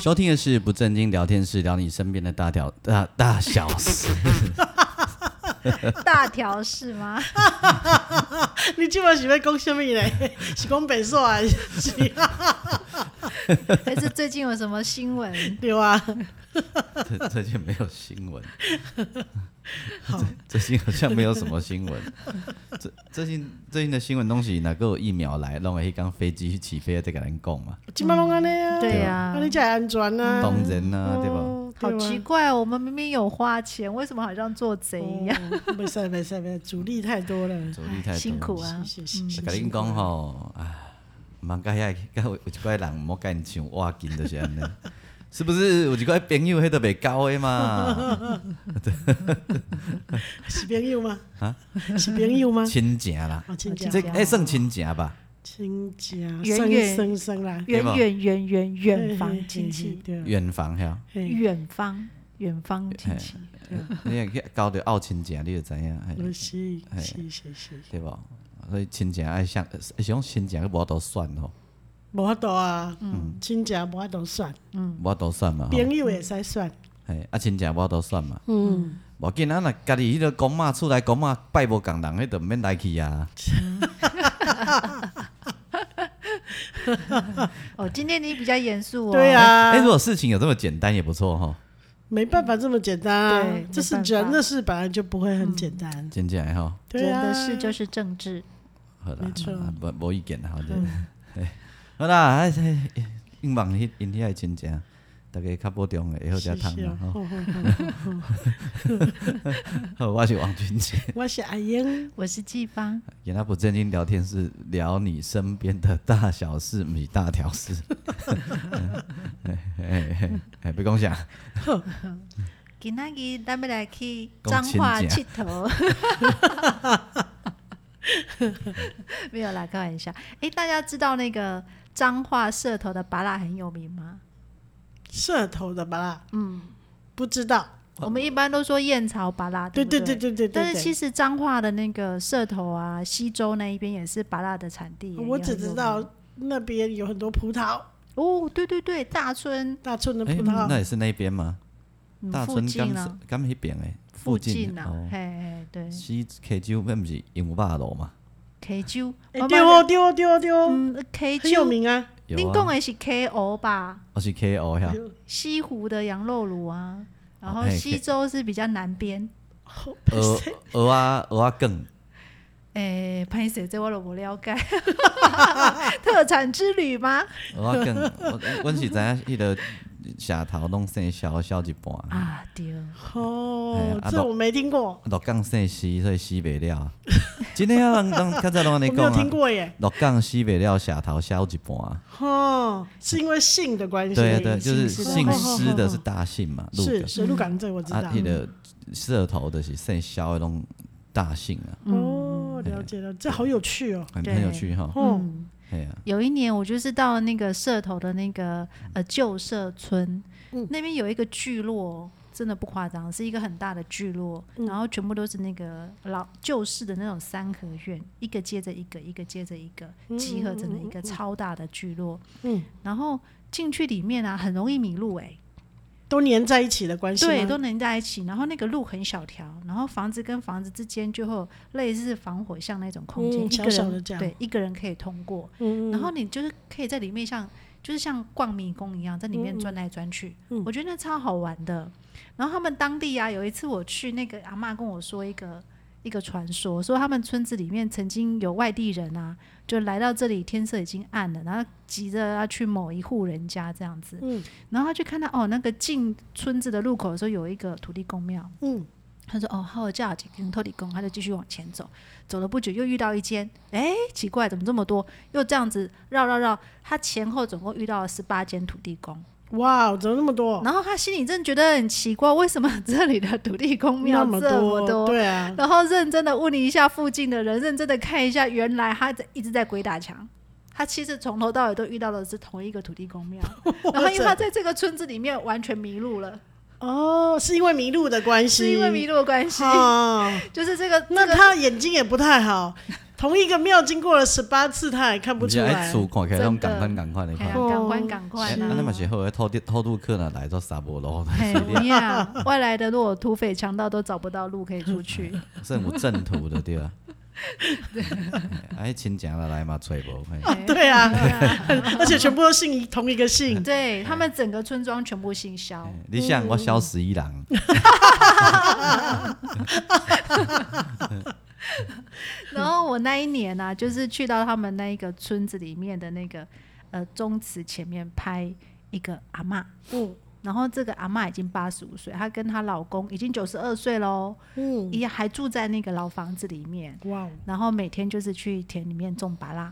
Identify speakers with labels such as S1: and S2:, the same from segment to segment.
S1: 收听的是不正经聊天室，聊你身边的大条大大小事。
S2: 大条是 吗？
S3: 你今晚是要讲什么 嘞？是讲北硕还是
S2: 还是最近有什么新闻？
S3: 对啊？
S2: 嗯
S1: 最最近没有新闻，最最近好像没有什么新闻。最最近最近的新闻东西，哪个有疫苗来，让我一刚飞机起飞再跟人讲嘛，
S3: 今晚拢安尼啊？
S2: 对
S3: 啊，
S2: 呀、
S3: 你才安全
S2: 嗯
S3: 啊？
S1: 当然啦、对吧？
S3: 哦
S2: 好奇怪、哦，我们明明有花钱，为什么好像做贼一样？
S3: 哦没事没事没事，阻力太多了。
S1: 阻力太多。
S2: 辛苦啊！
S3: 是是是，
S1: 甲恁嗯讲吼，啊，茫甲遐甲有有一寡人莫甲因像我紧就是安尼，是不是？有一寡朋友迄都袂交的嘛，
S3: 是朋友吗？
S1: 啊
S3: 是朋友吗？
S1: 亲情啦，
S3: 哦，亲
S2: 亲
S3: 家
S1: 这迄算亲情吧？
S3: 亲家，
S2: 远
S3: 生
S2: 远
S3: 生生啦，
S2: 远
S1: 对吧
S2: 远远远远
S3: 嘿
S2: 方
S3: 嘿
S2: 亲
S3: 嘿
S2: 戚，
S3: 对啊，
S1: 远 房遐，
S3: 嘿
S2: 远方远方亲戚，
S1: 你若去交着傲亲情，你就知影，嘿
S3: 嗯是
S1: 嘿
S3: 是是是，
S1: 对无？所以亲情爱像，是讲亲情无法度选吼，
S3: 无法度啊，
S1: 嗯
S3: 亲家无法度算，
S1: 无法度选嘛吼，
S3: 朋友会使算，
S1: 嘿，啊亲情无法度选嘛。
S3: 嗯，
S1: 无要紧啊，若家己迄个公嬷厝内公嬷拜无共人，迄就毋免来去啊。
S2: 哦，今天你比较严肃哦。
S3: 对啊
S1: 哎，，如果事情有这么简单也不错吼。
S3: 没办法这么简单啊
S2: 对，
S3: 这是
S2: 没办法嗯
S3: 人的事本来就不会很简单，
S1: 真正的吼，
S3: 对
S2: 人
S3: 啊，
S2: 的事就是政治，
S1: 好啦
S3: 没错，嗯
S1: 啊无无意见啦，好者，嘿好啦，哎哎，因望迄因遐的亲情，大家较保重的，会好
S3: 是是
S1: 食通啦
S3: 啊吼
S1: 吼。
S3: 吼 吼吼
S1: 好，我是王俊杰，
S3: 我是阿英，
S2: 我是季芳，
S1: 今仔不正经聊天是聊你身边的大小事，毋是大条事。哎哎哎，别讲啥，
S2: 今天日咱们来去彰
S1: 讲亲
S2: 化
S1: 戚
S2: 佚佗。没有啦，开玩笑。哎，大家知道那个彰化社头的拔蜡很有名吗？
S3: 社头的吧啦，嗯，不知道，
S2: 我们一般都说燕巢拔蜡，
S3: 哦对
S2: 啊对
S3: 对对
S2: 不
S3: 对对对，
S2: 但是
S3: 对
S2: 其实彰化的那个社头啊，西周那一边也是拔蜡的产地。
S3: 我只知道那边有很多葡萄，
S2: 哦，对对对，大村
S3: 大村的
S1: 哎，
S3: 葡萄
S1: 那，也是那边吗？
S2: 嗯
S1: 大
S2: 附
S1: 村
S2: 近
S1: 刚
S2: 啊，
S1: 刚迄边诶，
S2: 附
S1: 附近
S2: 啊
S1: 哦，
S2: 嘿嘿对
S1: 西溪州那毋是鹦鹉坝路嘛？
S2: ，K 九，
S3: 哎
S2: 我
S3: 对
S2: 们
S3: 哦对哦对哦对哦，
S2: 嗯，K
S3: 很有
S2: 九，
S3: 名啊，
S1: 有
S2: 您
S1: 啊
S2: 讲的是 K O 吧？
S1: 我是 KO 哎呀，
S2: 西湖的羊肉炉啊，然
S1: 哦
S2: 后
S1: 嘿
S2: 西周是比较南边。
S1: 呃鹅鹅啊鹅啊梗，
S2: 诶，潘姐，这我都不了解， 特产之旅吗？
S1: 鹅啊梗，我阮是知影迄个下头拢生小小一半，
S2: 啊，对，
S3: 哦
S1: 哎，啊
S3: 这
S1: 都
S3: 我没听过，
S1: 鹿港生死，所以死袂了。真诶啊，人人较早拢安
S3: 我
S1: 尼
S3: 没有
S1: 讲
S3: 听
S1: 啊，
S3: 过耶，
S1: 鹿港死袂了，下头小一半。啊
S3: 哦，是因为姓的关系，
S1: 对啊对啊，就是
S3: 姓氏
S1: 姓
S3: 的
S1: 施的是大姓嘛，鹿
S3: 是
S1: 港
S3: 水陆港这我知道
S1: 啊，，迄个社头就是生小诶拢大姓啊，
S3: 哦，了解了，这好有趣哦，
S1: 很
S2: 对
S1: 很有趣吼。
S3: 哦，
S2: 嗯。
S1: 嘿啊，
S2: 有一年，我就是到了那个社头的那个呃旧社村，那边有一个聚落，真的不夸张，是一个很大的聚落，然后全部都是那个老旧式的那种三合院，一个接着一个，一个接着一个，集合成的一个超大的聚落。
S3: 嗯，
S2: 然后进去里面啊，很容易迷路哎、
S3: 都粘在一起的关系吗，
S2: 对，都能在一起。然后那个路很小条，然后房子跟房子之间就会有类似防火巷那种空间，
S3: 嗯
S2: 一个
S3: 小小的
S2: 人
S3: 这样
S2: 对一个人可以通过。
S3: 嗯，嗯
S2: 然后你就是可以在里面像就是像逛迷宫一样，在里面
S3: 嗯
S2: 转来转去，我觉得那超好玩的。然后他们当地啊，有一次我去，那个阿嬷跟我说一个一个传说，说他们村子里面曾经有外地人啊，就来到这里，天色已经暗了，然后急着要去某一户人家这样子，
S3: 嗯
S2: 然后他就看到哦，那个进村子的路口的时候有一个土地公庙，
S3: 嗯，
S2: 他说：“哦，好，这样跟托底工。”他就继续往前走，走了不久又遇到一间，哎，奇怪，怎么这么多？又这样子绕绕绕，他前后总共遇到了十八间土地公。
S3: 哇，怎么那么多？
S2: 然后他心里真的觉得很奇怪，为什么这里的土地公庙
S3: 那
S2: 这
S3: 么
S2: 么多？
S3: 对啊，
S2: 然后认真的问了一下附近的人，认真的看一下，原来他在一直在鬼打墙。他其实从头到尾都遇到的是同一个土地 公庙，然后因为他在这个村子里面完全迷路了，
S3: 哦，是因为迷路的关系，
S2: 是因为迷路的关系，
S3: 哦，
S2: 就是 这个
S3: 那
S2: 这个
S3: 他眼睛也不太好，同一个庙经过了十八次，他也看不
S1: 而
S3: 出
S1: 且哎，
S3: 来。
S1: 厝看起来拢共款
S2: 真
S1: 共款的
S2: 哎
S1: 款
S2: 呀，
S3: 哦
S2: 赶快赶快
S1: 哎，
S3: 是
S2: 啦
S1: 安尼嘛是好诶，偷渡偷渡客人来到沙波路，
S2: 嘿，我呀， 外来的如果土匪强盗都找不到路可以 出去，
S1: 算有正途的对啊。哎，亲情来来嘛找无，嘿
S2: 嘿
S3: 对 啊，而且全部都姓同一个姓，
S2: 对他们整个村庄全部姓肖，
S3: 哎
S1: 嘿你想我消十一人，
S2: 然后我那一年呢、啊，就是去到他们那一个村子里面的那个呃宗祠前面拍一个阿嬷，
S3: 嗯
S2: 然后这个阿嬷已经八十五岁，她跟她老公已经九十二岁喽，
S3: 嗯，
S2: 也还住在那个老房子里面，
S3: 哇哦，
S2: 然后每天就是去田里面种芭拉。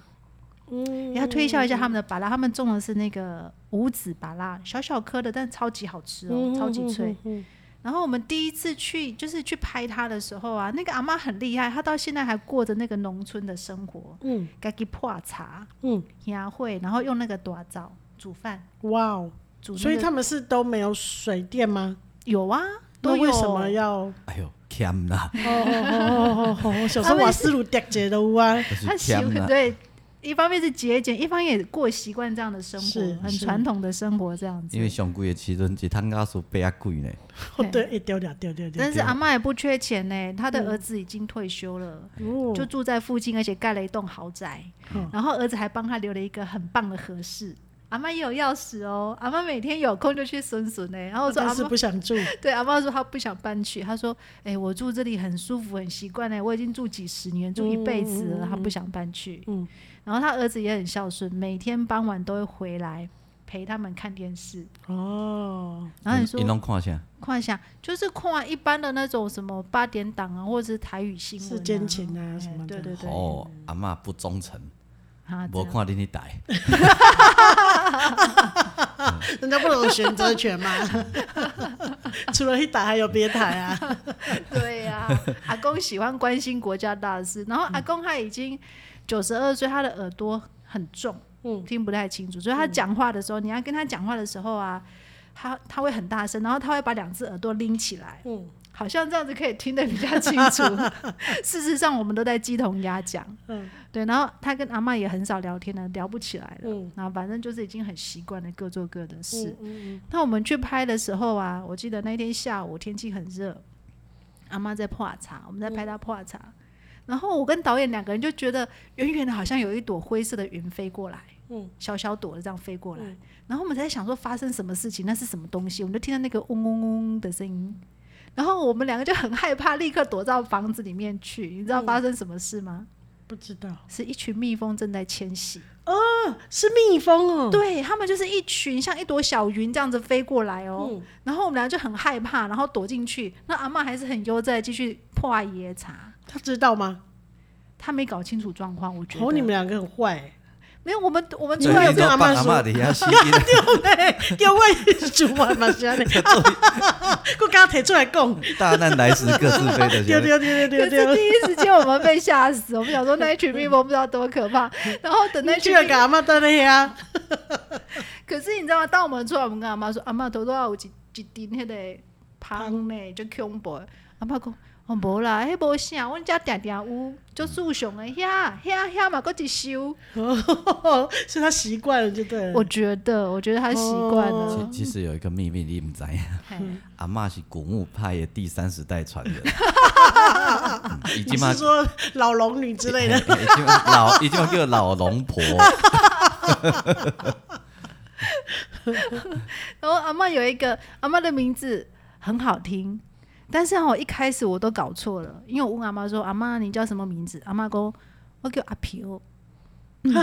S3: 嗯
S2: 要推销一下他们的芭拉，他们种的是那个五子芭拉，小小颗的，但超级好吃哦，超级脆。，
S3: 嗯
S2: 然后我们第一次去就是去拍它的时候啊，那个阿妈很厉害，她到现在还过着那个农村的生活，
S3: 嗯
S2: 该给破茶、
S3: 嗯，
S2: 压会，然后用那个短灶煮饭，
S3: 哇哦，
S2: 煮、那个。
S3: 所以他们是都没有水电吗？
S2: 有啊，
S3: 那
S2: 都有。
S3: 为什么要？哦
S1: 哎呦，欠啦，
S3: 哦哦哦，我小时候瓦斯炉叠节都有啊，
S1: 就是
S2: 他习
S1: 欠啦。
S2: 对，一方面是节俭，一方面也过习惯这样的生
S3: 是
S2: 活，很
S3: 是
S2: 传统的生活这样子。
S1: 因为上贵的时阵，一趟加数八啊贵呢，
S3: 哦对，一丢掉丢掉丢，
S2: 但是阿妈也不缺钱呢，她的儿子已经退休了。
S3: 哦
S2: 就住在附近，而且盖了一栋豪宅，
S3: 嗯
S2: 然后儿子还帮他留了一个很棒的和室。阿妈也有钥匙哦，阿妈每天有空就去孙孙呢。然后我说阿
S3: 哦但是
S2: 妈
S3: 不想住，
S2: 对阿妈说她不想搬去，她说哎、我住这里很舒服很习惯呢，我已经住几十年住一辈子了，她不想搬去。
S3: 嗯
S2: 然后她儿子也很孝顺，每天傍晚都会回来陪他们看电视。
S3: 哦，
S2: 然后你说
S1: 嗯因拢看啥？
S2: 看一下，就是看一般的那种什么八点档啊，或者是台语新闻、啊、
S3: 世间情啊
S2: 哎
S3: 什么的
S2: 对对对，
S1: 哦，阿嬷不忠诚，
S2: 啊，这
S1: 无
S2: 样
S1: 看恁迄台，
S3: 啊人家不能有选择权嘛，除了一打还有别台啊，
S2: 对呀、 阿公喜欢关心国家大事，然后
S3: 嗯
S2: 阿公他已经九十二岁，他的耳朵很重，
S3: 嗯
S2: 听不太清楚，所以他讲话的时候，你要跟他讲话的时候啊，他他会很大声，然后他会把两只耳朵拎起来，
S3: 嗯
S2: 好像这样子可以听得比较清 楚。事实上，我们都在鸡同鸭讲，
S3: 嗯
S2: 对，然后他跟阿嬷也很少聊天了，聊不起来了，
S3: 嗯
S2: 然后反正就是已经很习惯了各做各的事。
S3: 嗯嗯
S2: 那我们去拍的时候啊，我记得那天下午天气很热，阿妈在泡茶，我们在拍她泡茶，然后我跟导演两个人就觉得远远的好像有一朵灰色的云飞过来，
S3: 嗯
S2: 小小朵的这样飞过来，然后我们在想说发生什么事情，那是什么东西，我们就听到那个嗡嗡嗡的声音。然后我们两个就很害怕，立刻躲到房子里面去。你知道发生什么事吗？
S3: 不知道
S2: 是一群蜜蜂正在迁徙。
S3: 是蜜蜂哦，
S2: 对他们就是一群像一朵小云这样子飞过来哦，
S3: 嗯
S2: 然后我们俩就很害怕，然后躲进去。那阿嬷还是很悠哉地继续破阿爷茶，
S3: 他知道吗？
S2: 她没搞清楚状况，我觉得、
S3: 哦，你们两个很坏，
S2: 没有我们我们
S3: 你
S2: 出
S3: 们
S2: 来
S3: 有
S1: 所以
S3: 跟
S1: 你
S3: 阿
S1: 都
S3: 嬷
S1: 放
S3: 说
S1: 嬷伫遐死囡
S3: 对，啊有位主管嘛是安尼，我刚刚提出来讲，
S1: 仔， 大难来时各自飞的
S3: 对啊
S1: 是
S3: 对对
S2: 可
S1: 吧。
S3: 对对
S2: 是
S3: 对，
S2: 第一时间我们被吓死，我们想说那一群蜜蜂不知道多可怕。然后等那
S3: 你
S2: 群
S3: 居，然给阿妈带来呀？
S2: 可是你知道吗？当我们出来，我们跟阿妈说，阿妈头都要有一一丁那个香呢，就恐怖的。阿妈讲。哦，无啦，迄无啥，阮遮定定有，就树上的遐遐遐嘛，搁一收。
S3: 哦所以他习惯了就对
S2: 我
S3: 了。
S2: 觉得，我觉得他习惯
S3: 嗯
S2: 了
S3: 哦。嗯
S1: 其其实有一个秘密，你唔知道。
S2: 嘿
S1: 阿嬷是古墓派的第三十代传 人，嗯已
S3: 你
S1: 经嘛
S3: 是说老龙女之 类的？
S1: 已经嘛老已经嘛叫老龙 婆，
S2: 然后阿嬷有一个阿嬷的名字很好听，但是啊我一开始我都搞错了，因为我问阿妈说：“阿妈，你叫什么名字？”阿妈讲：“我叫阿 飘。嗯”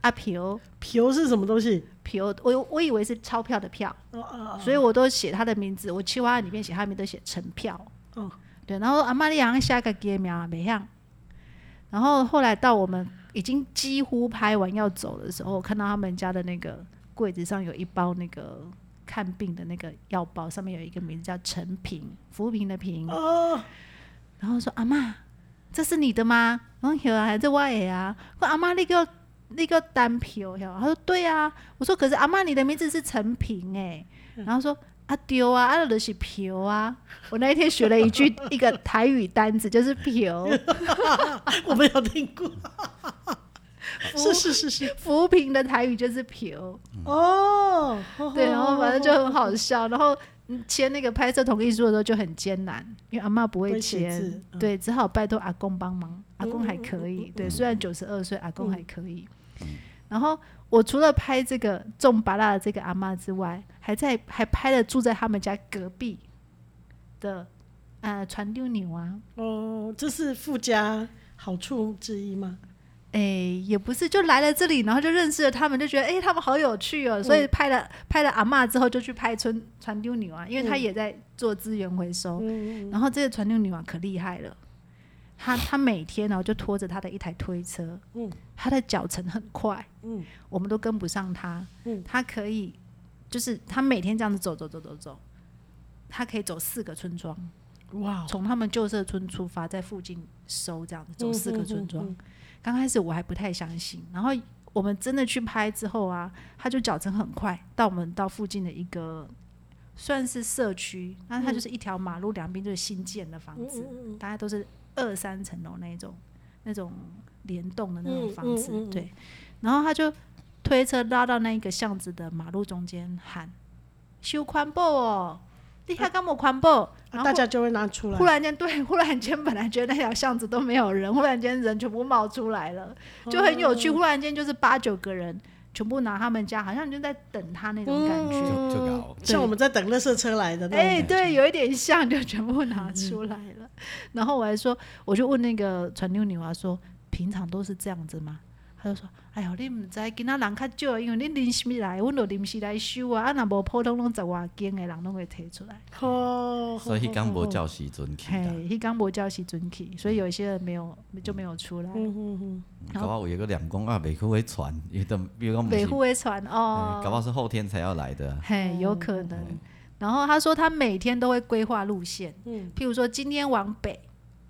S2: 阿飘
S3: 瓢是什么东西？
S2: 飘，我我以为是钞票的票，
S3: 哦哦
S2: 所以我都写他的名字。我企划案里面写他的名字都写陈票。
S3: 哦，
S2: 对，然后阿妈你好像下个给名啊，没样。然后后来到我们已经几乎拍完要走的时候，我看到他们家的那个柜子上有一包那个看病的那个药包，上面有一个名字叫陈平，浮萍的萍。
S3: 哦，
S2: 然后说阿妈，这是你的吗？然后有啊，还在外野啊。我说阿妈那个那个单票，他说对啊。我说可是阿妈你的名字是陈平哎、然后说。啊丢啊，啊就是票啊！我那一天学了一句一个台语单词，就是票，
S3: 我没有听过， 是是是是，
S2: 扶贫的台语就是票。
S3: 哦，
S2: 对，然后反正就很好笑。然后嗯签那个拍摄同意书的时候就很艰难，因为阿嬷不
S3: 不
S2: 会
S3: 会写
S2: 签
S3: 字，嗯
S2: 对，只好拜托阿公帮忙。阿公还可以，对，虽然九十二岁，阿公还可以。
S3: 嗯
S2: 然后我除了拍这个种芭拉的这个阿嬷之外，还在还拍了住在他们家隔壁的呃传丢牛啊，
S3: 哦，这是附加好处之一吗？
S2: 哎、也不是，就来了这里，然后就认识了他们，就觉得哎、他们好有趣哦，
S3: 嗯
S2: 所以拍了、拍了阿嬷之后，就去拍村传丢女啊，因为她
S3: 嗯
S2: 也在做资源回收，然后这个传丢女啊可厉害了，她她每天呢、就拖着她的一台推车，
S3: 嗯
S2: 她的脚程很快，
S3: 嗯
S2: 我们都跟不上她，
S3: 嗯
S2: 她可以就是她每天这样子走走走走走，她可以走四个村庄，
S3: 哇，
S2: 从他们旧社村出发，在附近收这样子，走
S3: 嗯
S2: 四个
S3: 嗯
S2: 村
S3: 嗯
S2: 庄
S3: 嗯。
S2: 刚、开始我还不太相信，然后我们真的去拍之后啊，他就脚程很快，到我们到附近的一个算是社区，那它就是一条马路两边就是新建的
S3: 嗯
S2: 房子，大概都是二三层楼那一种，那种联动的那种房子，
S3: 嗯嗯嗯嗯
S2: 对。然后他就推车拉到那一个巷子的马路中间喊：“修宽布哦，你还敢没宽布？”然
S3: 啊
S2: 后
S3: 大家就会拿出来
S2: 忽，然间，对，忽然间，本来觉得那条巷子都没有人，忽然间人全部冒出来了，就很有趣。
S3: 哦
S2: 忽然间就是八九个人，全部拿他们家，好像就在等他那种感
S1: 就
S3: 嗯
S2: 觉。
S1: 就搞
S3: 像我们在等垃圾车来哦的那种
S2: 哎、
S3: 感觉，
S2: 对，有一点像，就全部拿
S3: 嗯
S2: 出来了。然后我还说，我就问那个传妞女娃说，平常都是这样子吗？她就说，哎呦，你唔知，今仔人较少，因为你临时来，阮就临时来收啊。啊，若无普通拢十外间的人拢会提出来。
S3: 哦，
S1: 所以刚无叫时阵去
S2: 嘿
S1: 啦，，
S2: 迄刚无叫时阵去，所以有一些人没有就没有出来。
S3: 嗯
S1: 嗯搞不好有个两公啊，美库会传，有的比如讲不
S2: 北
S1: 是，
S2: 护会传哦嗯
S1: 哎，搞不好是后天才要来的啊，
S2: 嘿，有可能。然后他说他每天都会规划路线，
S3: 嗯
S2: 譬如说今天往北，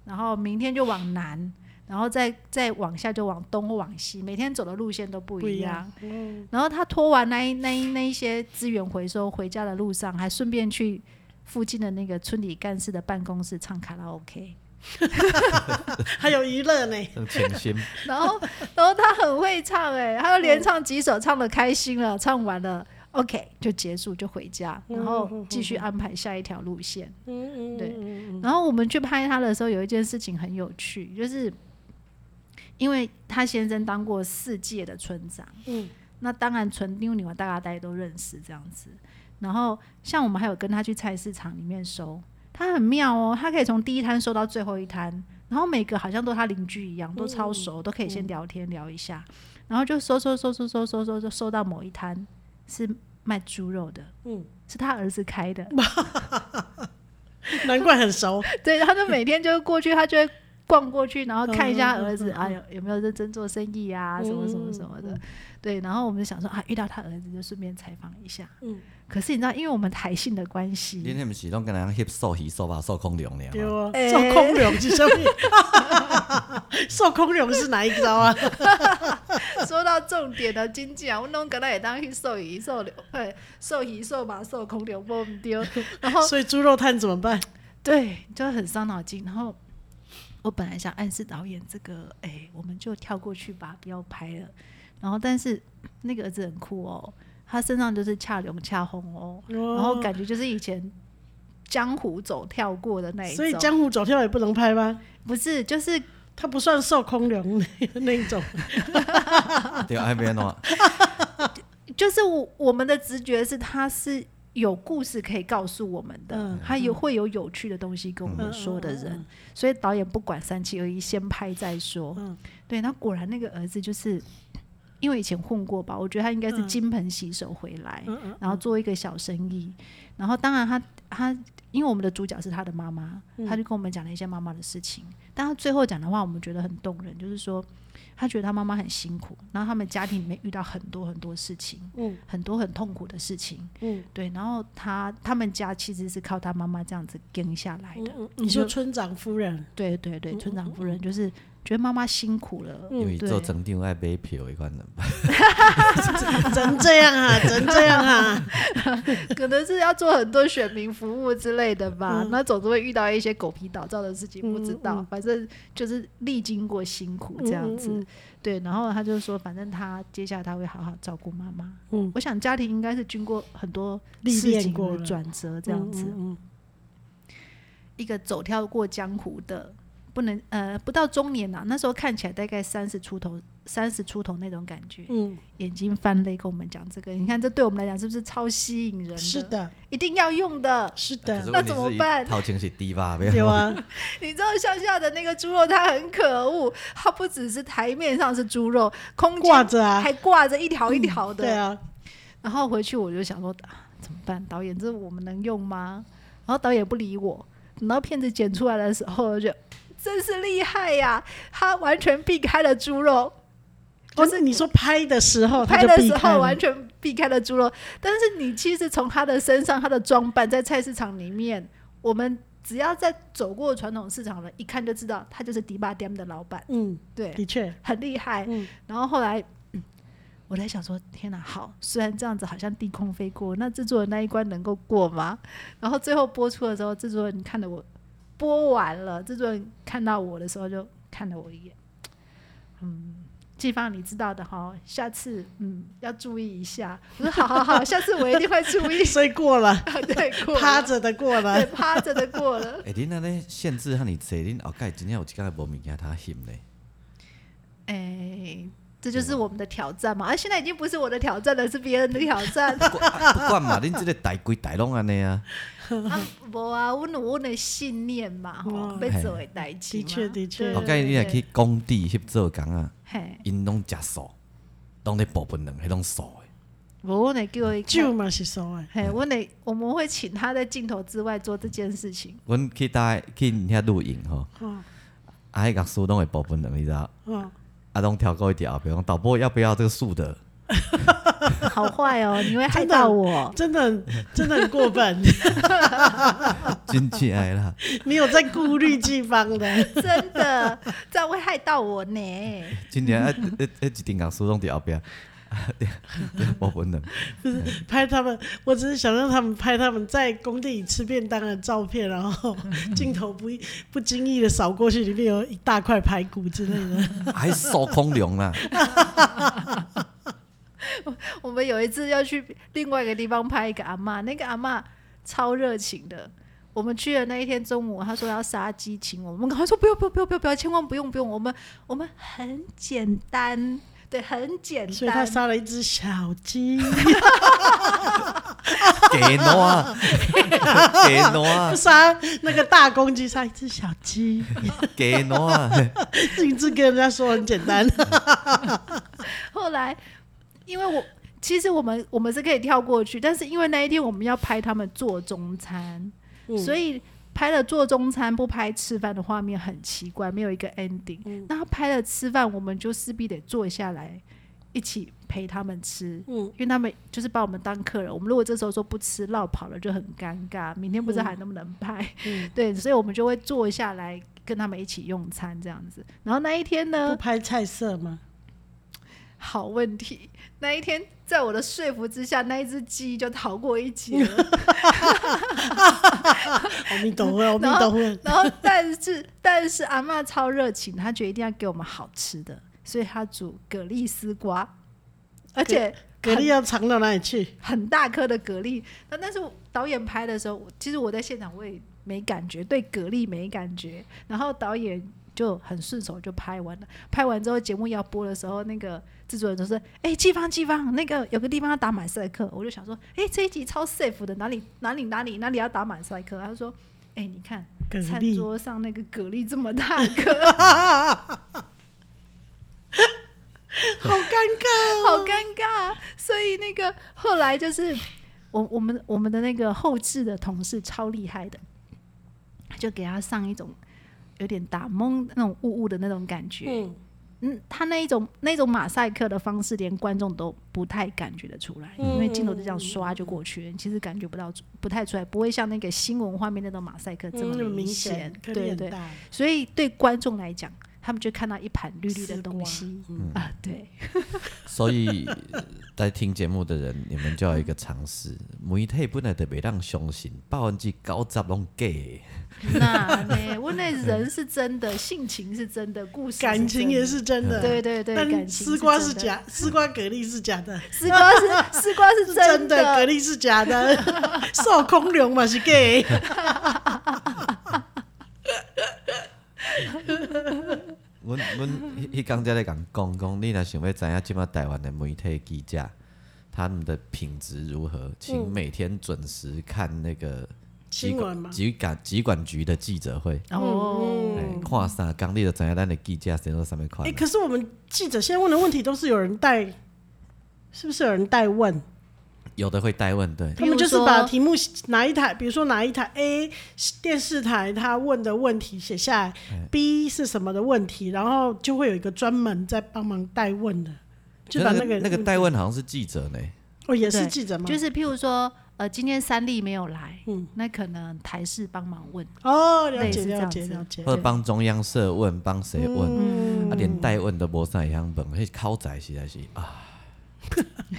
S2: 然后明天就往南，然后再再往下就往东或往西，每天走的路线都不
S3: 不一
S2: 一
S3: 样
S2: 样。嗯然后他拖完那一那一那一些资源回收回家的路上，还顺便去附近的那个村里干事的办公室唱卡拉 OK。
S3: 还有娱乐呢，
S1: 这个 全新
S2: 然后，然后他很会唱、哎，他就连唱几首，唱的开心了，唱完了，OK 就结束，就回家，然后继续安排下一条路线。
S3: 嗯
S2: 对
S3: 嗯
S2: 然后我们去拍他的时候，有一件事情很有趣，就是因为他先生当过四届的村长，
S3: 嗯
S2: 那当然纯妞女娃大家大家都认识这样子。然后像我们还有跟他去菜市场里面收，他很妙哦，他可以从第一摊收到最后一摊，然后每个好像都他邻居一样，都超熟，
S3: 嗯
S2: 都可以先聊天聊一下，然后就收收收收收收收收收到某一摊是卖猪肉的，
S3: 嗯，
S2: 是他儿子开的，
S3: 难怪很熟，
S2: 对，他就每天就过去，他就会逛过去，然后看一下儿子啊有有没有认真做生意啊，什么什么什么的。对，然后我们就想说啊，遇到他儿子就顺便采访一下。
S3: 嗯
S2: 可是你知道，因为我们台性的关
S1: 你
S2: 系，
S1: 那不是拢跟人翕瘦鱼瘦肉瘦空龙了
S3: 对
S1: 吗？
S3: 哦，
S2: 哎
S3: 受空룡是什么？ 受空룡是哪一招啊？
S2: 说到重点的经济啊，我弄个那也当去兽医兽流，哎，兽医兽马兽空流不丢。然后
S3: 所以猪肉摊怎么办？
S2: 对，就很伤脑筋。然后我本来想暗示导演这个，哎、我们就跳过去吧，不要拍了。然后但是那个儿子很酷哦，他身上就是恰龙恰红哦，然后感觉就是以前江湖走跳过的那一种，
S3: 所以江湖走跳也不能拍吗？
S2: 不是就是
S3: 它不算受空龙那一种，
S1: 对，那边喏，
S2: 就是我我们的直觉是他是。有故事可以告诉我们的，
S3: 嗯
S2: 他有会有有趣的东西跟我们说的人，所以导演不管三七二一，先拍再说。
S3: 嗯
S2: 对，那果然那个儿子就是因为以前混过吧，我觉得他应该是
S3: 嗯
S2: 金盆洗手回来，
S3: 嗯嗯
S2: 然后做一个小生意，然后当然他他因为我们的主角是他的妈妈，
S3: 嗯
S2: 他就跟我们讲了一些妈妈的事情。但他最后讲的话，我们觉得很动人，就是说他觉得他妈妈很辛苦，然后他们家庭里面遇到很多很多事情，
S3: 嗯
S2: 很多很痛苦的事情，
S3: 嗯
S2: 对。然后他他们家其实是靠他妈妈这样子跟下来的，
S3: 嗯，你说村长夫人，
S2: 对对对，村长夫人就是觉得妈妈辛苦了，
S3: 嗯
S1: 因
S2: 嗯
S1: 为
S2: 对
S1: 做成长爱买票的款人吧，
S3: 真这样 啊，真这样啊，
S2: 可能是要做很多选民服务之类的吧。
S3: 嗯
S2: 那总是会遇到一些狗皮倒灶的事情，
S3: 嗯
S2: 不知道，
S3: 嗯
S2: 反正就是历经过辛苦这样子。
S3: 嗯嗯
S2: 对，然后他就说，反正他接下来他会好好照顾妈妈。
S3: 嗯
S2: 我想家庭应该是经过很多
S3: 历
S2: 事
S3: 练
S2: 情
S3: 过
S2: 的
S3: 了
S2: 转折，这样子、
S3: 嗯
S2: 一个走跳过江湖的。不能，呃，不到中年啊，那时候看起来大概三十出头，三十出头那种感觉，
S3: 嗯，
S2: 眼睛翻泪跟我们讲这个，你看这对我们来讲是不是超吸引人的？
S3: 嗯是的，
S2: 一定要用的。
S3: 是
S1: 可
S3: 的
S1: 是，
S2: 啊那
S1: 问题
S2: 怎么
S1: 是
S2: 办
S1: 掏钱是 低吧，没
S3: 有
S1: 有。
S3: 啊，
S2: 你知道乡下的那个猪肉，它很可恶，它不只是台面上是猪肉，空间
S3: 挂着 啊，
S2: 还挂着一条一条的。
S3: 对啊，
S2: 然后回去我就想说、啊，怎么办？导演，这我们能用吗？然后导演不理我。等到片子剪出来的时候，我就真是厉害呀、他完全避开了猪肉，
S3: 哦，是你说拍的时候，哦他
S2: 拍
S3: 就
S2: 的
S3: 避
S2: 时
S3: 开
S2: 候
S3: 了
S2: 完全避开了猪肉，但是你其实从他的身上，他的装扮在菜市场里面，我们只要在走过传统市场了，一看就知道他就是迪巴店的老板，
S3: 嗯，
S2: 对，
S3: 的确，
S2: 很厉害。
S3: 嗯
S2: 然后后来。嗯我在想说，天哪，好，虽然这样子好像低空飞过，那制作人那一关能够过吗？然后最后播出的时候，制作人看了我播完了，制作人看到我的时候就看了我一眼，嗯，季芳你知道的哈，下次嗯要注意一下。 我说好好好，下次我一定会注意。
S3: 所以过了，
S2: 对，过了
S3: 趴着的过了
S2: 对，趴着的过了。
S1: 哎、恁安尼限制和你坐，恁后盖真正有一间无物件他翕 嘞。
S2: 哎、这
S3: 啊
S2: 就是我们的挑战嘛。而、啊现在已经不是我的挑战了，是别人的挑战。
S1: 不管啊不管嘛，恁即个大规大拢安尼啊，
S2: 啊，无啊，阮有阮的信念嘛，吼
S3: 哇，
S2: 要做的代志
S3: 的
S2: 嘛。
S3: 确的确
S2: 对
S1: 后盖哦你若去，工地翕做工啊，
S2: 嘿，
S1: 因拢食素，拢咧部分人迄拢素的。
S2: 无阮会叫伊
S3: 酒
S2: 看。
S3: 嘛是所谓，
S2: 嘿，阮会我们会请他在镜头之外做这件事情。
S1: 阮去搭去因遐露营吼，
S3: 哦
S1: 啊，迄个树拢会部分人，你知道？
S3: 哦，
S1: 啊，拢跳过一条，比如讲导播要不要这个树的？
S2: 好坏哦，你会害
S3: 真的
S2: 到 我。
S3: 真的很真的很过分，
S1: 真正的啦，
S3: 你有在顾虑季芳的，
S2: 真的，这样会害到我呢。
S1: 真正啊，一一一顶个树拢伫后壁， 啊对对部分人。
S3: 拍他们，我只是想让他们拍他们在工地里吃便当的照片，然 后镜头不不经意的扫过去，里面有一大块排骨之类 的，
S1: 还扫空龙啦，
S2: 我们有一次要去另外一个地方拍一个阿嬷，那个阿嬷超热情的。我们去的那一天中午，她说要杀鸡，请我们，我们赶快说不用不用不用不用不要，千万不用不用，我们我们很简单，对，很简
S3: 所以他
S2: 单。
S3: 杀了一只小 鸡，
S1: 给挪啊， 给挪啊，
S3: 杀那个大公鸡，杀一只小 鸡，
S1: 给挪啊，
S3: 径自跟人家说很简单，
S2: 后来，因为我其实我们我们是可以跳过去，但是因为那一天我们要拍他们做中餐，
S3: 嗯
S2: 所以拍了做中餐不拍吃饭的画面很奇怪，没有一个 ending。那他拍了吃饭，我们就势必得坐下来一起陪他们吃。
S3: 嗯
S2: 因为他们就是把我们当客人，我们如果这时候说不吃，绕跑了就很尴尬。明天不知道还能不能拍，
S3: 嗯
S2: 对，所以我们就会坐下来跟他们一起用餐这样子。然后那一天呢
S3: 不，拍菜色 吗？
S2: 好问题。那一天，在我的说服之下，那一只鸡就逃过一劫了。
S3: 阿弥陀佛，阿弥陀佛。
S2: 然后，但是但是阿嬷超热情，她觉得一定要给我们好吃的，所以她煮蛤蜊丝瓜，而且
S3: 蛤蜊要藏到哪里去？
S2: 很大颗的蛤蜊。那但是我导演拍的时候，我其实我在现场我也没感觉，对蛤蜊没感觉。然后导演就很顺手就拍完了。拍完之后节目要播的时候，那个制作人就说：“哎、季芳，季芳，那个有个地方要打马赛克。”我就想说：“哎、这一集超 safe 的，哪里哪里哪里哪里要打马赛克？”他就说：“哎、你看
S3: 蛤
S2: 餐
S3: 蜊，
S2: 桌上那个蛤蜊这么大颗。”
S3: 好尴尬。
S2: 好尴尬。所以那个后来就是我我们我们的那个后置的同事超厉害的，就给他上一种有点打蒙那种雾雾的那种感觉。
S3: 嗯，
S2: 嗯，他那一种那种马赛克的方式，连观众都不太感觉得出来，
S3: 嗯
S2: 因为镜头就这样刷就过去了，你其实感觉不到不太出来，不会像那个新闻画面那种马赛克这
S3: 嗯那
S2: 么
S3: 明
S2: 显。
S3: 颗粒
S2: 对
S3: 很
S2: 对，
S3: 大，
S2: 所以对观众来讲，他们就看到一盘绿绿的
S3: 丝瓜
S2: 东西
S3: 嗯
S2: 啊，对。
S1: 所以在听节目的人，你们就要有一个尝试，媒体本来就袂当相信百分之九十拢假的。
S2: 那呢，我那人是真的，性情是真的，故事是
S3: 感情
S2: 真的
S3: 也，是真的，
S2: 对对对，感
S3: 但
S2: 情
S3: 丝瓜
S2: 真
S3: 是
S2: 的，
S3: 假，丝瓜蛤蜊是假的，
S2: 丝瓜 是丝瓜是
S3: 是
S2: 真
S3: 真的，
S2: 的
S3: 蛤，蜊是假 的，少空龙嘛是 gay，
S1: 阮阮迄迄工才咧共讲讲，你若想要知影即马台湾的媒体记者他们的品质如何，请每天准时看那个
S3: 嗯新闻嘛，
S1: 疾管疾管局的记者会，
S2: 哦，
S1: 哎看三工你就知影咱的记者是做啥物款
S3: 哎、
S1: 了。
S3: 嗯可是我们记者现在问的问题都是有人代，是不是有人代问？
S1: 有的会代问，对，
S3: 他们
S2: 比如
S3: 就是把
S2: 说
S3: 题目哪一台，比如说哪一台 A 电视台他问的问题写下来，B
S1: 哎
S3: 是什么的问题，然后就会有一个专门在帮忙代问的，就把
S1: 那
S3: 那个嗯
S1: 那个代问好像是记者呢，
S3: 哦也是
S2: 对
S3: 记者吗？
S2: 嗯就是譬如说，呃，今天三立没有来，
S3: 嗯
S2: 那可能台视帮忙问，
S3: 哦，了
S2: 类
S3: 解
S2: 似这
S3: 了
S2: 样
S3: 解
S2: 子
S3: 了解，
S1: 或者帮中央社问，帮谁问，
S3: 嗯
S1: 啊连代问都无啥会晓问，迄口才实在是啊，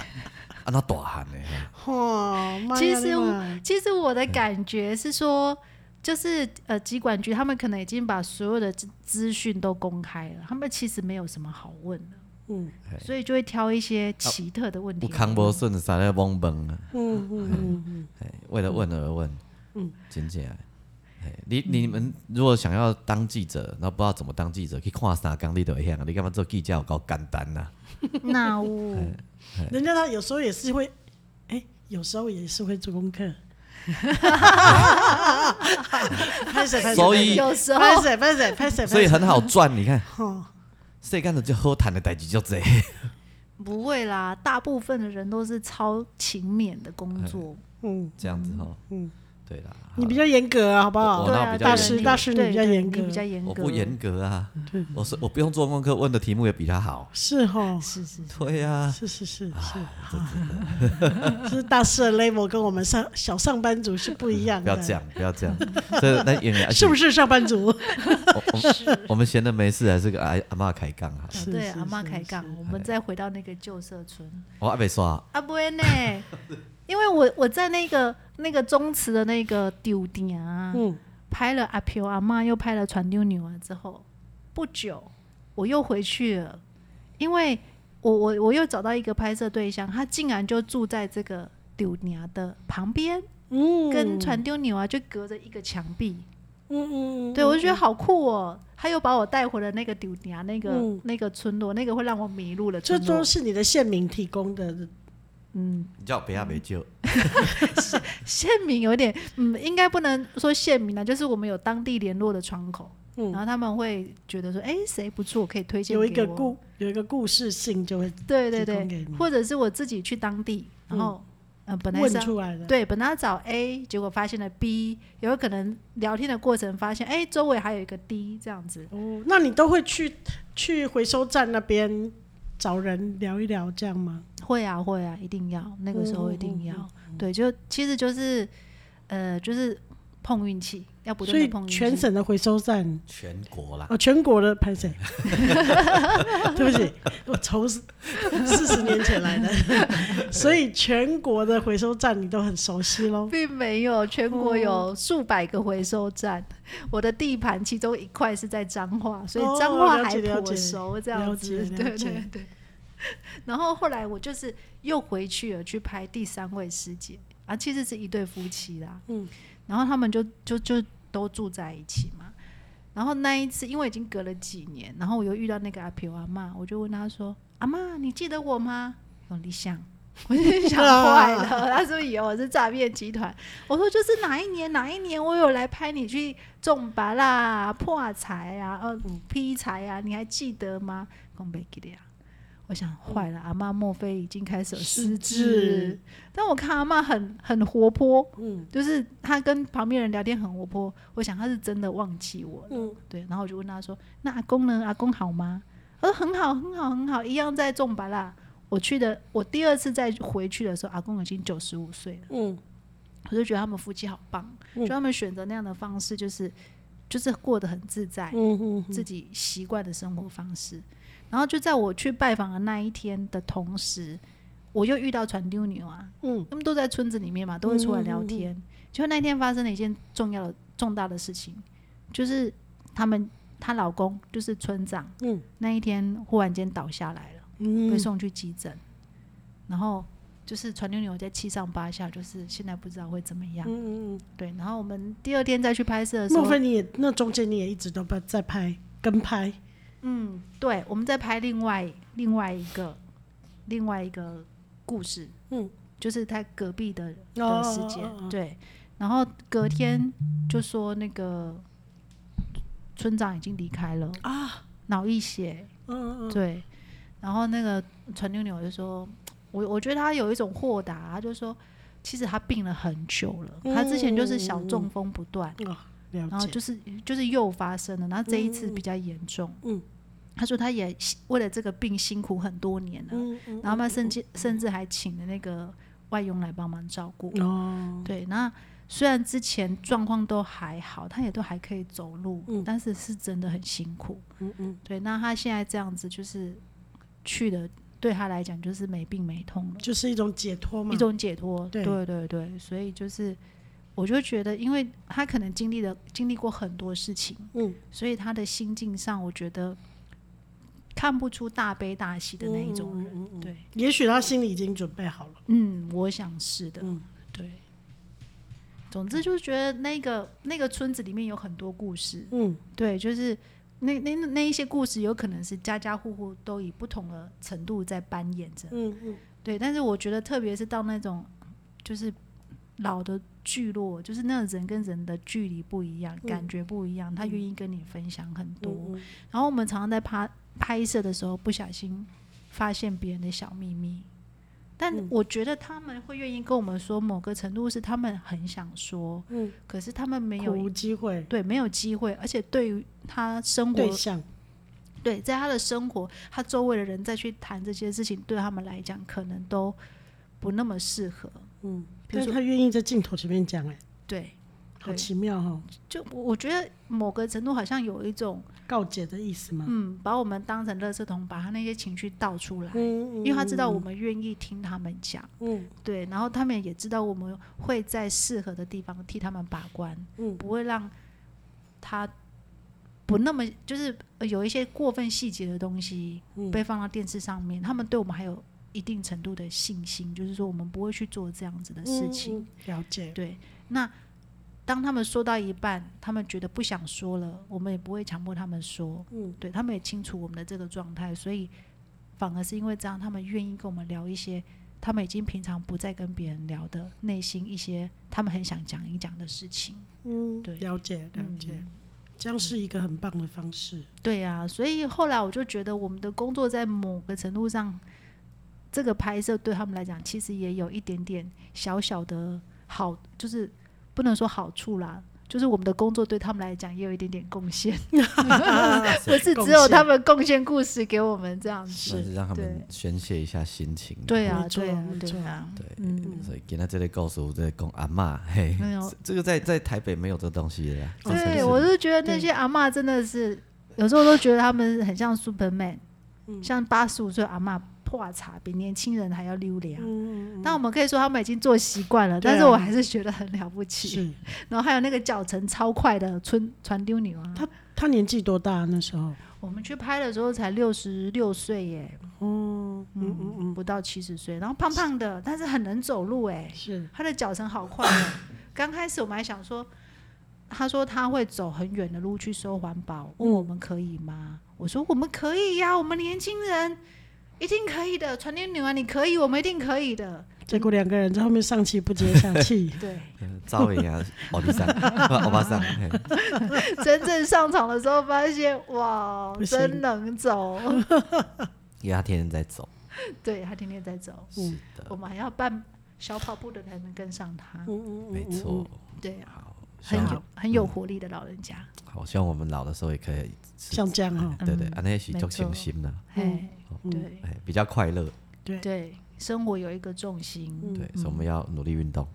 S1: 啊那大汉的。哈
S3: 哦，妈呀
S2: 其实
S3: 你妈
S1: 哎
S2: 我其实我的感觉是说，就是呃，疾管局他们可能已经把所有的资资讯都公开了，他们其实没有什么好问的，
S3: 嗯
S2: 所以就会挑一些奇特的问题
S1: 有
S2: 来问。
S1: 康无顺，啥咧懵懵啊！
S3: 嗯嗯嗯嗯，
S1: 嘿为了问而问，嗯，真正的。嘿你你们如果想要当记者，然后不知道怎么当记者，去看三纲你都会晓啊。你干嘛做记者有够简单呐、
S2: 那我
S3: 人家他有时候也是会，哎、有时候也是会做功 课。拍手拍手，
S1: 所以
S2: 有时候
S3: 拍手拍手拍手，
S1: 所以很好赚。 你看，
S3: 哦，
S1: 世间的就好谈的代志就这。
S2: 不会啦，大部分的人都是超勤勉的工作，
S3: 嗯，
S1: 这样子吼，
S3: 嗯
S1: 嗯，对啦，
S3: 你比较严格啊，好不好？
S1: 我
S2: 对
S1: 哦那
S2: 啊，
S1: 比较
S2: 对啊
S3: 大师
S2: 对
S3: 大师你
S2: 对
S3: 比较
S2: 对
S3: 严格
S2: 你比较严格，
S1: 我不严格啊，我是我不用做功课，问的题目也比他好。
S3: 是哈，
S2: 是是是，
S1: 对啊，
S3: 是是是是，是大师的 level 跟我们上小上班族是不一样
S1: 不要
S3: 的，
S1: 这样，不要这样，这那 演员
S3: 是不
S1: 是？
S3: 是上班
S2: 啊
S3: 族？
S1: 我我们我们闲的没事，还是个阿阿妈开杠啊哈。
S3: 是
S2: 对
S3: 是
S2: 阿妈
S3: 是
S2: 开
S3: 是
S2: 杠，我们再回到那个旧社 村，
S1: 我阿伯说，
S2: 啊不会呢， 因为我我在那个那个宗祠的那个丢点啊，
S3: 嗯，
S2: 拍了阿飘阿妈，又拍了传丢牛啊之后，不久我又回去了，因为我我我又找到一个拍摄对象，他竟然就住在这个丢娘的旁边，
S3: 嗯，
S2: 跟传丢牛啊就隔着一个墙壁，
S3: 嗯嗯嗯，
S2: 对我就觉得好酷哦。他又把我带回了那个丢娘那个、
S3: 嗯
S2: 那个村落，那个会让我迷路的
S3: 这
S2: 村落
S3: 都。是你的县民提供的，
S2: 嗯，
S1: 你叫别阿伯救。
S2: 县民有点，嗯，应该不能说县民啊，就是我们有当地联络的窗口，然
S3: 嗯，
S2: 后他们会觉得说，哎、谁不错，可以推荐
S3: 有一
S2: 给
S3: 个
S2: 我
S3: 故有一个故事性就会
S2: 对对
S3: 提供给
S2: 对
S3: 你，嗯
S2: 或者是我自己去当地，然后、呃本来
S3: 问
S2: 是要
S3: 出来的，
S2: 对本来要找 A，结果发现了 B，也有可能聊天的过程发现，哎、周围还有一个 D 这样子。
S3: 哦，那你都会去去回收站那边找人聊一聊这样吗？
S2: 会啊会啊，一定要那个时候一定要，
S3: 嗯
S2: 对，就其实就是呃就是碰运气，要不
S3: 所
S2: 断的
S3: 以
S2: 碰啊运气。
S3: 全省的回收站，
S1: 全国啦，
S3: 哦，全国的拍谁？ 对不起，我愁死，四十年前来的， 所以全国的回收站你都很熟悉喽。
S2: 并没有，全国
S3: 哦
S2: 有数百个回收站。我的地盘其中一块是在彰化，所以彰化
S3: 哦了
S2: 还
S3: 解了解
S2: 颇熟这样子
S3: 了。解了
S2: 对
S3: 解
S2: 对对。然后后来我就是又回去了，去拍第三位师姐啊，其实是一对夫妻啦。
S3: 嗯，
S2: 然后他们就就就都住在一起嘛。然后那一次，因为已经隔了几年，然后我又遇到那个阿皮阿妈，我就问她说：“阿妈，你记得我吗？”有理想， 我就想坏了， 他是不是以为我是诈骗集团？我说就是哪一年哪一年我有来拍你去种拔啦、破财啊、呃劈柴啊，你还记得吗？讲没记得啊。我我想坏了，阿妈莫非已经开始有失
S3: 失
S2: 智
S3: 智？
S2: 但我看阿妈很很活泼，
S3: 嗯
S2: 就是她跟旁边人聊天很活泼，我想她是真的忘记我了。
S3: 嗯
S2: 对，然后我就问她说：“那阿公呢？阿公好吗？”她说：“很好，很好，很好，一样在种吧啦。”我去的，我第二次再回去的时候，阿公已经九十五岁了。
S3: 嗯，
S2: 我就觉得他们夫妻好棒，
S3: 嗯
S2: 就他们选择那样的方式，就是就是过得很自在，
S3: 嗯嗯
S2: 哎自己习惯的生活方式。然后就在我去拜访的那一天的同时，我又遇到传丢牛啊，
S3: 嗯
S2: 他们都在村子里面嘛，都会出来聊天。就那天发生了一件重要的、重大的事情，就是他们她老公就是村长，
S3: 嗯
S2: 那一天忽然间倒下来了，
S3: 嗯，
S2: 被送去急诊，然后就是传丢牛在七上八下，就是现在不知道会怎么样。
S3: 嗯嗯
S2: 对，然后我们第二天再去拍摄的
S3: 嗯，
S2: 时
S3: 莫
S2: 候
S3: 非，你也那中间你也一直都不在拍跟拍？
S2: 嗯，对，我们在拍另外另外一个另外一个故事，
S3: 嗯，
S2: 就是在隔壁的
S3: 哦
S2: 的时间，
S3: 哦哦哦
S2: 对，然后隔天就说那个村长已经离开了啊，脑溢血，
S3: 嗯嗯
S2: 对，然后那个传妞妞就说，我我觉得他有一种豁达，他就说，其实他病了很久了，他之前就是小中风不断，
S3: 嗯，哦，嗯了
S2: 然后
S3: 解，
S2: 就是就是又发生了，然后这一次比较严重。
S3: 嗯
S2: 他说他也辛为了这个病辛苦很多年了，
S3: 嗯嗯
S2: 然后他甚至甚至还请了那个外佣来帮忙照顾。
S3: 哦，
S2: 对，那虽然之前状况都还好，他也都还可以走路，
S3: 嗯
S2: 但是是真的很辛苦。
S3: 嗯嗯
S2: 对，那他现在这样子就是去的，对他来讲就是没病没痛了，
S3: 就是一种解脱嘛，
S2: 一种解脱。
S3: 对
S2: 对对对，所以就是我就觉得，因为他可能经历了经历过很多事情，
S3: 嗯
S2: 所以他的心境上，我觉得看不出大悲大喜的那一种人。
S3: 嗯嗯嗯
S2: 对，
S3: 也许他心里已经准备好了，
S2: 嗯，我想是的。
S3: 嗯
S2: 对，总之就是觉得那个那个村子里面有很多故事，
S3: 嗯
S2: 对，就是那那那一些故事有可能是家家户户都以不同的程度在扮演着，
S3: 嗯嗯
S2: 对。但是我觉得，特别是到那种就是老的聚落，就是那种人跟人的距离不一样，
S3: 嗯
S2: 感觉不一样，他愿意跟你分享很多。
S3: 嗯
S2: 然后我们常常在拍拍摄的时候，不小心发现别人的小秘密，但
S3: 嗯
S2: 我觉得他们会愿意跟我们说，某个程度是他们很想说，
S3: 嗯，
S2: 可是他们没
S3: 苦
S2: 有
S3: 无机会
S2: 对没有机会，而且对于他生活
S3: 对象，
S2: 对在他的生活，他周围的人再去谈这些事情，对他们来讲可能都不那么适合。
S3: 嗯，
S2: 比如
S3: 但
S2: 说
S3: 他愿意在镜头前面讲，哎，
S2: 对，
S3: 好
S2: 对
S3: 奇妙哈、哦，
S2: 就我我觉得某个程度好像有一种，
S3: 告解的意思嘛，
S2: 嗯，把我们当成垃圾桶，把他那些情绪倒出来。
S3: 嗯，
S2: 因为他知道我，们愿意听他们讲，
S3: 嗯
S2: 对，然后他们也知道我们会在适合的地方替他们把关，
S3: 嗯
S2: 不会让他不那么就是呃有一些过分细节的东西
S3: 嗯，
S2: 被放到电视上面，他们对我们还有一定程度的信心，就是说我们不会去做这样子的事
S3: 嗯
S2: 情。
S3: 嗯了解，
S2: 对，那当他们说到一半，他们觉得不想说了，我们也不会强迫他们说，
S3: 嗯
S2: 对他们也清楚我们的这个状态，所以反而是因为这样，他们愿意跟我们聊一些他们已经平常不再跟别人聊的内心一些他们很想讲一讲的事情。
S3: 嗯，
S2: 对
S3: 了解了解、
S2: 嗯
S3: 这样是一个很棒的方式，
S2: 对呀、所以后来我就觉得我们的工作在某个程度上，这个拍摄对他们来讲，其实也有一点点小小的好，就是不能说好处啦。就是我们的工作对他们来讲也有一点点贡献，
S3: 嗯
S2: 不是只有他们贡献故事给我们这样子。
S4: 算是让他们宣泄一下心情。
S2: 对啊
S3: 没，错
S2: 对啊
S3: 没，
S2: 对
S3: 错
S2: 啊，
S4: 对，
S2: 嗯，
S4: 所以今天这类告诉我这公阿嬷，嘿
S2: 没有，
S4: 这个在在台北没有这东西的啦。
S1: 哦
S2: 对，我就觉得那些阿嬷真的是，有时候都觉得他们很像 Superman，像
S3: 嗯
S2: 八十五岁阿嬷破茶比年轻人还要溜达。
S3: 嗯，
S2: 那我们可以说他们已经做习惯了，
S3: 对啊
S2: 但是我还是觉得很了不起。
S3: 是
S2: 然后还有那个脚程超快的村传丢牛啊，
S3: 他年纪多大那时候？
S2: 我们去拍的时候才六十六岁耶，
S3: 哦，嗯嗯
S2: 嗯，不到七十岁，然后胖胖的，但是很能走路哎，
S3: 是，
S2: 他的脚程好快哦。刚开始我们还想说，他说他会走很远的路去收环保，问
S3: 嗯
S2: 我们可以吗？我说我们可以呀、我们年轻人一定可以的，传天女啊，你可以，我们一定可以的。，
S3: 结果两个人在后面上气不接下气
S2: 对，
S4: 赵薇啊，奥利 桑，
S1: 哦
S4: 欧巴桑，嘿
S2: 真正上场的时候发现，哇
S3: 不，行
S2: 真能走。
S1: 因为他天天在走。
S2: 对他天天在走，
S1: 是
S2: 我
S1: 的，
S2: 们还要办小跑步的才能跟上他。
S1: 没错。
S2: 对啊，
S1: 好，嗯希
S2: 很
S1: 望
S2: 有很有活力的老人家。
S1: 好，希望我们老的时候也可以是，
S3: 像这样哦哈、
S1: 对对，
S2: 嗯
S1: 安那是
S2: 没
S1: 就
S2: 错
S1: 清新的，
S2: 嘿，
S3: 嗯
S2: 对
S1: 哎，比较快乐。
S3: 对，
S2: 对，生活有一个重心，
S1: 对，所以我们要努力运动。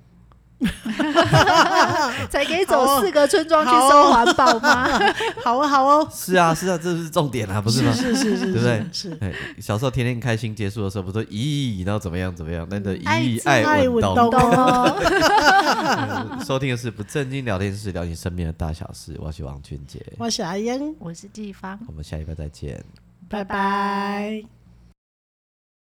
S2: 才可以
S3: 好
S2: 走
S3: 哦
S2: 四个村庄去
S3: 好哦
S2: 收环保吗？
S3: 好哦，好哦，
S1: 是啊，是啊，这是重点啊，不是吗？
S3: 是是是，
S1: 对不对
S3: 是是。
S1: 哎，小时候天天开心，结束的时候不是说咦，然后怎么样怎么样，那个
S2: 爱
S1: 咦
S2: 自
S3: 爱运
S1: 爱运动。
S3: 动
S2: 懂哦，
S1: 呃收听的是不正经聊天室，聊你身边的大小事。我是王俊杰，
S3: 我是阿英，
S2: 我是季芳，
S1: 我们下一拜再见。
S3: 拜
S2: 拜拜
S3: 拜。